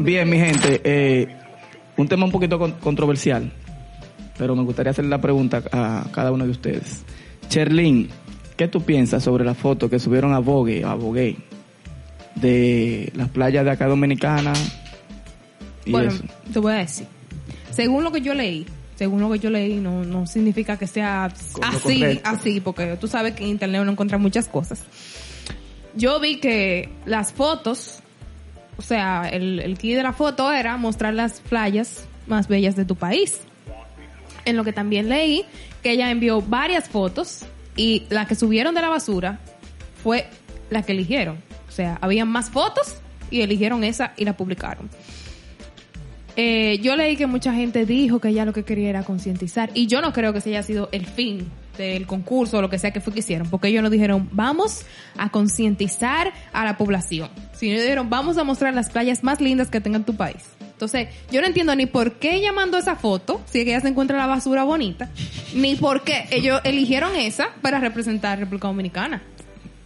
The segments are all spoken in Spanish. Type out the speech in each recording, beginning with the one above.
Bien, mi gente, eh, un tema un poquito con- controversial, pero me gustaría hacer la pregunta a cada uno de ustedes. Cherlin, ¿qué tú piensas sobre la foto que subieron a Vogue, a Vogue, de las playas de acá dominicana? Y Bueno, eso. te voy a decir. Según lo que yo leí, según lo que yo leí, no, no significa que sea Con lo así, correcto. así, porque tú sabes que en internet uno encuentra muchas cosas. Yo vi que las fotos, o sea, el, el key de la foto era mostrar las playas más bellas de tu país. En lo que también leí que ella envió varias fotos y la que subieron de la basura fue la que eligieron. O sea, habían más fotos y eligieron esa y la publicaron. Eh, yo leí que mucha gente dijo que ella lo que quería era concientizar. Y yo no creo que ese haya sido el fin del concurso o lo que sea que fue que hicieron. Porque ellos no dijeron, vamos a concientizar a la población. Sino ellos dijeron, vamos a mostrar las playas más lindas que tenga tu país. Entonces, yo no entiendo ni por qué ella mandó esa foto, si es que ella se encuentra la basura bonita, ni por qué ellos eligieron esa para representar a República Dominicana.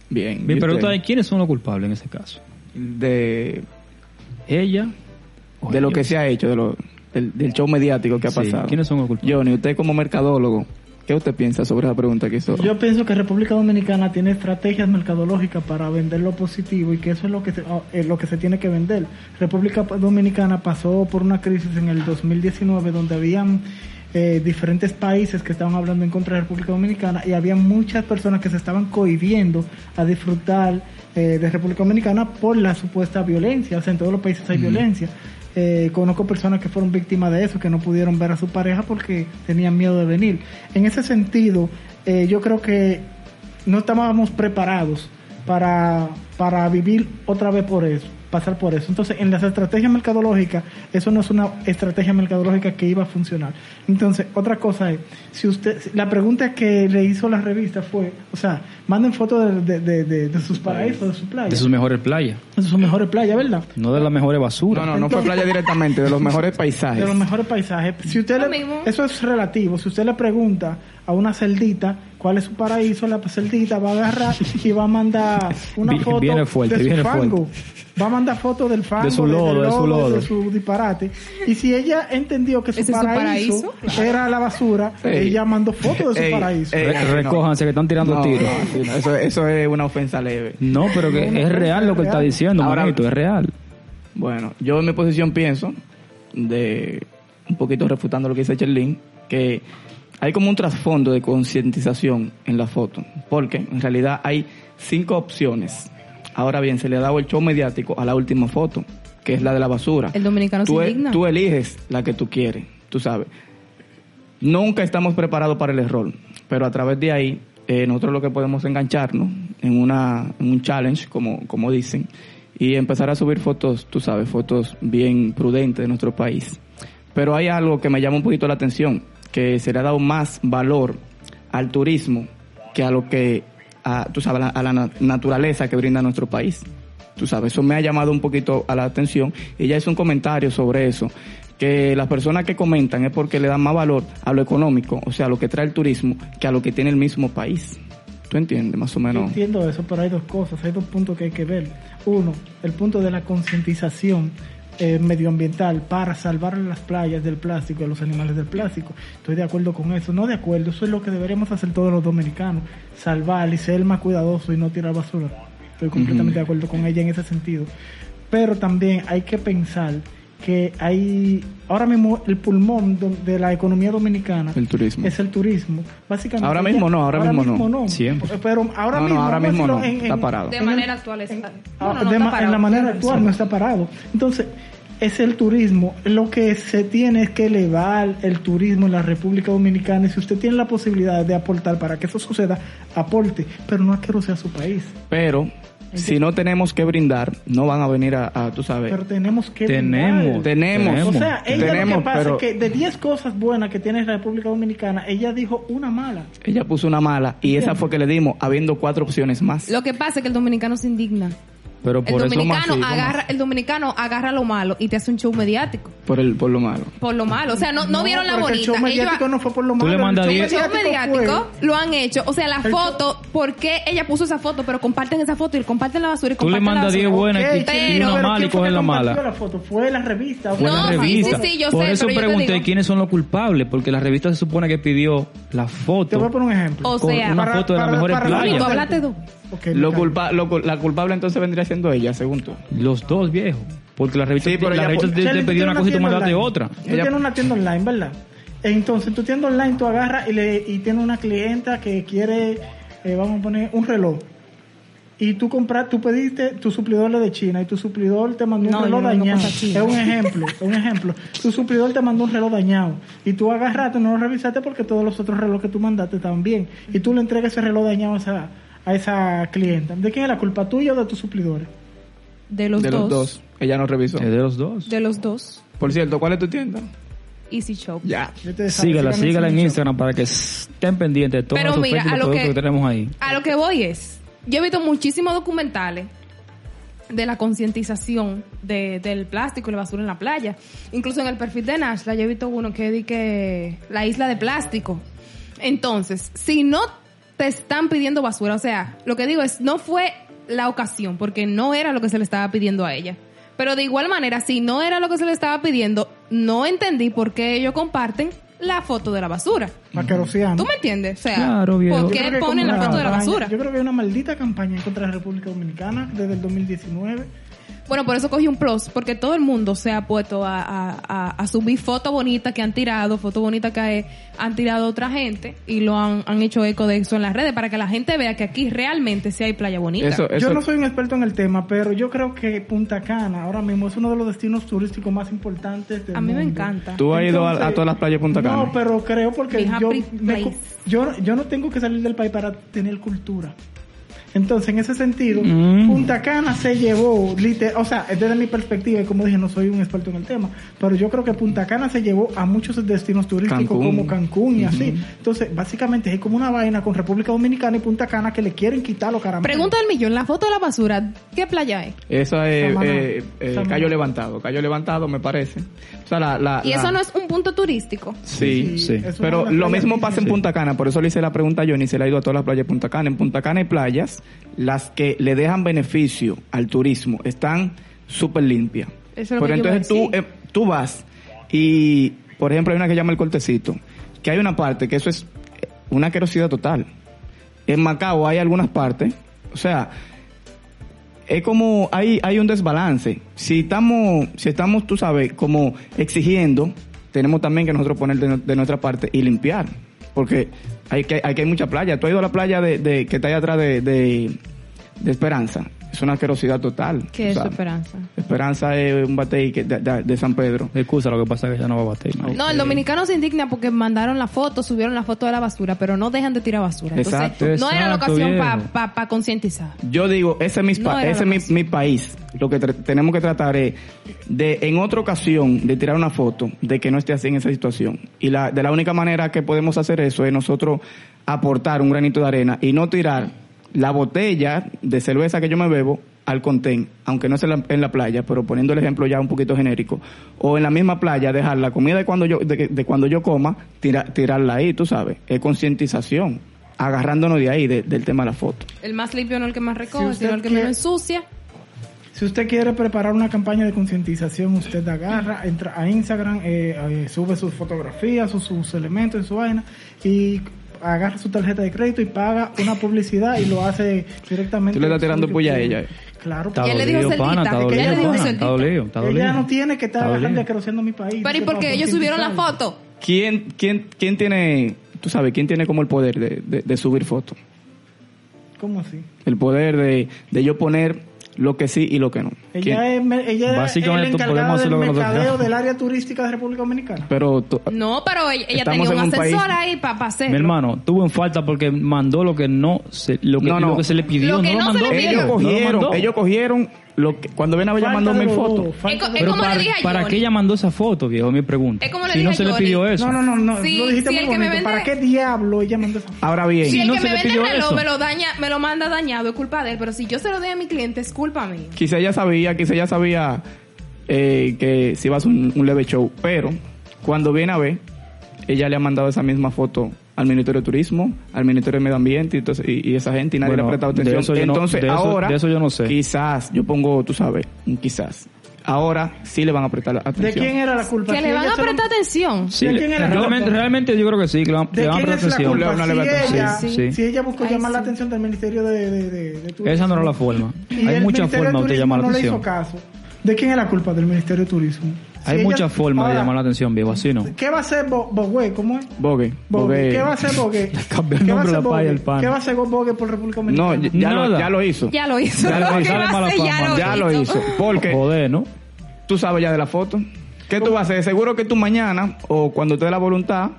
Bien. Mi ¿y pregunta usted? es, ¿quiénes son los culpables en ese caso? de, ¿Ella? o de lo que ellos? se ha hecho, de lo, del, del show mediático que ha Sí, pasado. ¿quiénes son los culpables? Johnny, usted como mercadólogo, ¿qué usted piensa sobre la pregunta que hizo? Yo pienso que República Dominicana tiene estrategias mercadológicas para vender lo positivo y que eso es lo que se, ah, eh, lo que se tiene que vender. República Dominicana pasó por una crisis en el 2019 donde habían eh, diferentes países que estaban hablando en contra de República Dominicana y había muchas personas que se estaban cohibiendo a disfrutar eh, de República Dominicana por la supuesta violencia. O sea, en todos los países hay violencia. Eh, conozco personas que fueron víctimas de eso, que no pudieron ver a su pareja porque tenían miedo de venir. En ese sentido, eh, yo creo que no estábamos preparados para, para vivir otra vez por eso, pasar por eso. Entonces, en las estrategias mercadológicas, eso no es una estrategia mercadológica que iba a funcionar. Entonces, otra cosa es, si usted, la pregunta que le hizo la revista fue, o sea, manden fotos de, de- de- de- de sus paraísos, de sus playas, De sus mejores playas, de sus mejores playas, ¿verdad? no de las mejores basuras. No, no, no fue playa directamente, de los mejores paisajes. De los mejores paisajes. Si usted Lo le- mismo. eso es relativo. Si usted le pregunta a una celdita cuál es su paraíso, la celdita va a agarrar y va a mandar una Bien- foto viene fuerte, de su viene fango. Va a mandar foto del fango, De su de- del lodo, de su lodo. de su disparate. Y si ella entendió que su ¿Ese es su paraíso, paraíso? era la basura, Sí. ella mandó foto de su Ey, paraíso. ey, Re- no. recójanse que están tirando No, tiros. no, sí, no, eso, eso es una ofensa leve. No, pero que es real lo que él está diciendo, Ahora- manito, es real. Bueno, yo en mi posición pienso, de un poquito refutando lo que dice Cherlin, que hay como un trasfondo de concientización en la foto, porque en realidad hay cinco opciones. Ahora bien, se le ha dado el show mediático a la última foto, que es la de la basura. El dominicano tú, se e- indigna. tú eliges la que tú quieres, tú sabes. Nunca estamos preparados para el error, pero a través de ahí eh, nosotros lo que podemos es engancharnos en, una, en un challenge, como, como dicen, y empezar a subir fotos, tú sabes, fotos bien prudentes de nuestro país. Pero hay algo que me llama un poquito la atención, que se le ha dado más valor al turismo que a lo que, a, tú sabes, a la, a la na- naturaleza que brinda nuestro país. Tú sabes, eso me ha llamado un poquito a la atención. Ella hizo un comentario sobre eso, que las personas que comentan es porque le dan más valor a lo económico, o sea, a lo que trae el turismo, que a lo que tiene el mismo país. ¿Tú entiendes más o Yo menos? entiendo eso, pero hay dos cosas, hay dos puntos que hay que ver. Uno, el punto de la concientización eh, medioambiental para salvar las playas del plástico y a los animales del plástico. Estoy de acuerdo con eso, no de acuerdo, eso es lo que deberíamos hacer todos los dominicanos, salvar y ser más cuidadosos y no tirar basura. Estoy completamente de acuerdo con ella en ese sentido. Pero también hay que pensar que hay ahora mismo el pulmón do- de la economía dominicana El turismo. es el turismo. Básicamente Ahora ella- mismo no, ahora mismo no. Siempre. Pero ahora No, no, mismo, ahora vamos a mismo no, decirlo, está parado. De en el- manera actual es- en- no, no, no Ah, de está ma- parado. en la manera actual no está parado. Entonces, es el turismo. Lo que se tiene es que elevar el turismo en la República Dominicana. Y si usted tiene la posibilidad de aportar para que eso suceda, aporte. Pero no asquerose a su país. Pero si no tenemos que brindar, no van a venir a, a, tú sabes. Pero tenemos que. Tenemos. brindar. Tenemos. O sea, ella lo Tenemos, que pasa pero- es que de 10 cosas buenas que tiene la República Dominicana, ella dijo una mala. Ella puso una mala y esa fue que le dimos, habiendo cuatro opciones más. Lo que pasa es que el dominicano se indigna. Pero El por eso más dominicano, agarra, el dominicano agarra lo malo y te hace un show mediático Por, el, por lo malo. por lo malo. O sea, no, no, vieron la porque El bonita. show Ellos- mediático no fue por lo Tú malo. le mandas el show el diez- show fue- mediático lo han hecho. O sea, la El foto, ¿por qué ella puso esa foto? Pero comparten esa foto y comparten la basura y Tú le comparten la mandas 10 basura. buenas Ok, y pero- y una ¿quién mala y fue coges que la compartió mala. la foto? Fue la revista. Fue la No, sí, revista. sí, sí, yo por sé, eso pero yo te pregunté digo- quiénes son los culpables, porque la revista se supone que pidió la Te foto. voy a poner un ejemplo. O con sea, una para- foto de las para- mejores para- Tú, playas. háblate tú. Ok, Lo Luca. culpa, lo cul- la culpable entonces vendría siendo ella, según tú. Los dos viejos. Porque la revista, Sí, pero la ya- revista te, Shelly, te pidió tienes una cosa y tú tienda mandaste online. otra. Tú Ella- tienes una tienda online, ¿verdad? Entonces, en tu tienda online tú agarras y, le, y tienes una clienta que quiere, eh, vamos a poner, un reloj. Y tú compras, tú pediste tu suplidor era de China y tu suplidor te mandó No, un reloj yo no vengo dañado. con esa Es China. un ejemplo, es un ejemplo. Tu suplidor te mandó un reloj dañado y tú agarraste, no lo revisaste porque todos los otros relojes que tú mandaste estaban bien. Y tú le entregas ese reloj dañado a esa, a esa clienta. ¿De quién es la culpa tuya o de tus suplidores? De los, de dos, los dos. Ella no revisó. Es Eh, de los dos. De los dos. Por cierto, ¿cuál es tu tienda? Easy Show. Ya. Yo te desafío, Sígala, síganme sígala en mucho. Instagram para que estén pendientes de todos Pero los mira, a lo productos que, que- tenemos ahí. A lo que voy es, yo he visto muchísimos documentales de la concientización de- del plástico y la basura en la playa. Incluso en el perfil de Nashla yo he visto uno que di que la isla de plástico. Entonces, si no te están pidiendo basura, o sea, lo que digo es, no fue la ocasión, porque no era lo que se le estaba pidiendo a ella. Pero de igual manera, si no era lo que se le estaba pidiendo, no entendí por qué ellos comparten la foto de la basura. Vaquerociano. ¿Tú me entiendes? O sea, Claro, viejo. ¿por Yo creo qué que ponen la como una foto de la campaña- basura? Yo creo que hay una maldita campaña en contra de la República Dominicana desde el 2019. Bueno, por eso cogí un plus, porque todo el mundo se ha puesto a, a- a- a subir fotos bonitas que han tirado, fotos bonitas que eh, han tirado otra gente y lo han, han hecho eco de eso en las redes para que la gente vea que aquí realmente sí hay playa bonita. Eso, eso. Yo no soy un experto en el tema, pero yo creo que Punta Cana ahora mismo es uno de los destinos turísticos más importantes del a mí me mundo. encanta. Tú has ido a, a Entonces, todas las playas de Punta Cana. No, pero creo porque The yo, happy me co- place. yo, yo no tengo que salir del país para tener cultura. Entonces, en ese sentido, Mm. Punta Cana se llevó, lite- o sea, desde mi perspectiva, y como dije, no soy un experto en el tema, pero yo creo que Punta Cana se llevó a muchos destinos turísticos Cancún. como Cancún y así. Entonces, básicamente es como una vaina con República Dominicana y Punta Cana que le quieren quitar los caramba. Pregunta al millón, la foto de la basura, ¿qué playa es? Esa es Samaná. eh, eh, Samaná. Cayo Levantado. Cayo Levantado, me parece. O sea, la. la- Y la- eso no es un punto turístico. Sí. Sí. es una de Pero las lo playas mismo que pasa en dicen- Punta Cana, por eso le hice la pregunta a Johnny, se le ha ido a todas las playas de Punta Cana. En Punta Cana hay playas, las que le dejan beneficio al turismo, están súper limpias. Eso es lo Pero que yo entonces voy a tú, eh, tú vas y, por ejemplo, hay una que llama El Cortecito, que hay una parte que eso es eh, una querosidad total. En Macao hay algunas partes, o sea, es como hay hay un desbalance. Si estamos si estamos, tú sabes, como exigiendo, tenemos también que nosotros poner de, nu- de nuestra parte y limpiar, porque hay que hay que hay mucha playa. Tú has ido a la playa de, de- que está allá atrás de, de, de Esperanza. Es una querosidad total. o ¿Qué es sea, esperanza? Esperanza es un batey que- de, de- de San Pedro. Excusa, lo que pasa es que ya no va a bater. ¿no? No, el dominicano se indigna porque mandaron la foto, subieron la foto de la basura, pero no dejan de tirar basura. Entonces, Exacto, no era la exacto, ocasión para viejo. concientizar. Yo digo, ese es, mi, No pa- era ese la es mi, mi país. Lo que tra- tenemos que tratar es de, en otra ocasión, de tirar una foto de que no esté así en esa situación. Y la, de la única manera que podemos hacer eso es nosotros aportar un granito de arena y no tirar la botella de cerveza que yo me bebo al contén, aunque no sea en la, en la playa, pero poniendo el ejemplo ya un poquito genérico, o en la misma playa dejar la comida de cuando yo, de, que- de cuando yo coma, tira- tirarla ahí, tú sabes, es concientización, agarrándonos de ahí, de- del tema de la foto. El más limpio no el que más Si recoge, usted sino el que quiere- menos ensucia. Si usted quiere preparar una campaña de concientización, usted agarra, entra a Instagram, eh, eh, sube sus fotografías, sus, sus elementos, su vaina, y agarra su tarjeta de crédito y paga una publicidad y lo hace Tú directamente. le estás tirando puya a ella, eh. Claro, Está Ya le dijo dolido, celdita, pana, está que ya le dolido, dijo pana, celdita. está dolido, está dolido. ella no tiene que estar Está agarrando dolido. y creciendo mi país. Pero ¿y Eso por para qué ellos subieron la concientizar. foto? ¿Quién, quién, quién tiene, tú sabes, quién tiene como el poder de, de- de subir fotos? ¿Cómo así? El poder de, de yo poner lo que sí y lo que no. ¿Quién? Ella es, me- ella Básicamente es la encargada podemos hacer del lo que nosotros mercadeo queramos. del área turística de República Dominicana. Pero tú- No, pero ella, ella Estamos tenía un en un país- ascensor ahí para hacerlo. Mi hermano tuvo en falta porque mandó lo que no se, lo que, No, no. lo que se le pidió. Lo que no no se mandó. le pidió. ellos No lo cogieron, mandó. ellos cogieron lo que- cuando ven a ver llamando Falta mil de los fotos. dos, falta Es de como los le para, dije a ¿para Johnny. qué ella mandó esa foto, viejo? Es mi pregunta. Es como le si dije no a se le Johnny. pidió dos. eso. No, no, no, no. Sí, lo dijiste sí, muy el que me bonito. vende- ¿Para qué diablo ella mandó esa foto? Ahora bien, Si el no que se me le vende el pidió reloj eso. me lo daña, me lo manda dañado, es culpa de él. Pero si yo se lo doy a mi cliente, es culpa mía. quizá ella sabía, quizá ella sabía eh, que si iba a hacer un, un leve show, pero cuando viene a ver, ella le ha mandado esa misma foto al Ministerio de Turismo, al Ministerio de Medio Ambiente y, entonces- y- y esa gente y nadie Bueno, le ha prestado de atención. eso yo no- entonces de eso- ahora, de eso yo no sé. quizás, yo pongo, tú sabes, un quizás. Ahora sí le van a prestar atención. ¿De quién era la culpa? Que Si le van ella a se lo- prestar atención. Sí, ¿De quién es la realmente, culpa? realmente yo creo que sí, que le van ¿De le van a quién es prestar la atención. Le van culpa? a levantar Si ella, atención. Sí, sí. si ella buscó Ay, llamar la sí. atención del Ministerio de, de, de, de Turismo. Esa no era la forma. Y Hay muchas el Ministerio formas de de Turismo llamar la no le atención. hizo caso. ¿De quién es la culpa del Ministerio de Turismo? Si Hay ella- muchas formas de Ahora, llamar la atención, viejo. Así no. ¿Qué va a hacer Bo- Bogué? ¿Cómo es? Bogue, Bogue. Bogue. ¿Qué va a hacer Bogue? cambió el ¿Qué va nombre a hacer de la paya Bogue? al pan. ¿Qué va a hacer Bogue por República No, Dominicana? ya, ya lo, Nada. ya lo hizo. Ya lo hizo. Ya lo ¿Qué hizo, va a mala hacer? fama. Ya lo hizo. Porque Joder, ¿no? tú sabes ya de la foto. ¿Qué tú vas a hacer? Seguro que tú mañana o cuando te dé la voluntad,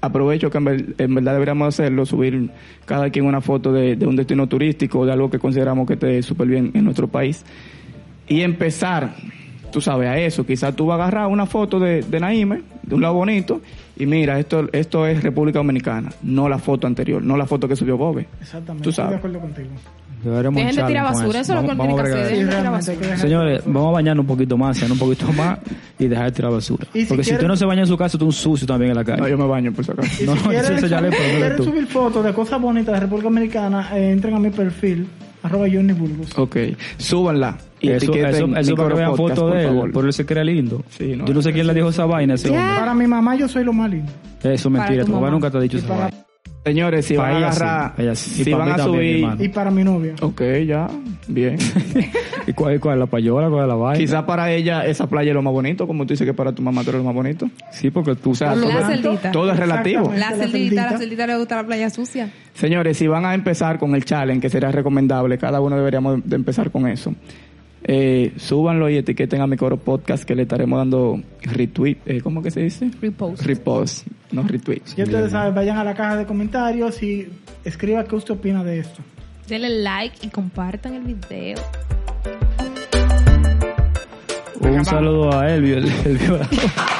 aprovecho que en, ver- en verdad deberíamos hacerlo, subir cada quien una foto de, de un destino turístico o de algo que consideramos que esté súper bien en nuestro país. Y empezar, tú sabes, a eso. Quizás tú vas a agarrar una foto de, de Naime, de un lado bonito, y mira, esto, esto es República Dominicana, no la foto anterior, no la foto que subió Bobe. Exactamente, Tú estoy de sabes. acuerdo contigo. Deberemos Dejen de echarle tirar con basura, eso es lo que Vamos- uno tiene vamos que a hacer. bregar Dejen de tirar Sí, realmente hay que basura. dejar- Señores, vamos a bañarnos un poquito más, hacer un poquito más y dejar de tirar basura. Y si Porque si quieren- usted no se baña en su casa, usted es un sucio también en la No, calle. yo me baño por si acaso. No, Si no, quieren, eso ya le si quieren pero tú. subir fotos de cosas bonitas de República Dominicana, eh, entren a mi perfil, arroba Johnny Burgos. Ok, súbanla. Y Eso, etiqueten eso, eso para que Micro vean Podcast, fotos por de él, favor. por él se crea lindo. Sí, no, yo no sé quién le dijo esa vaina a ese Ya. hombre. Para mi mamá yo soy lo más lindo. Eso es mentira, tu tu papá mamá. nunca te ha dicho Y esa para- vaina. Señores, si Pa' van a ella sí, agarrar, pa' ella sí. Y si pa' van mí a también, mi subir, hermano. Y para mi novia. ok, ya, bien. ¿Y cuál, cuál es la payola? ¿Cuál es la vaina? Quizá para ella esa playa es lo más bonito, como tú dices que para tu mamá tú eres lo más bonito. Sí, porque tú sea, sabes. todo- La celdita. todo es relativo. Exactamente, La celdita, la celdita le gusta la playa sucia. Señores, si van a empezar con el challenge, que será recomendable, cada uno deberíamos de empezar con eso. Eh, súbanlo y etiqueten a mi coro podcast que le estaremos dando retweet. Eh, ¿Cómo que se dice? Repost. Repost, no retweet. Ya ustedes saben, vayan a la caja de comentarios y escriba qué usted opina de esto. Denle like y compartan el video. Un saludo a él, el, el violador.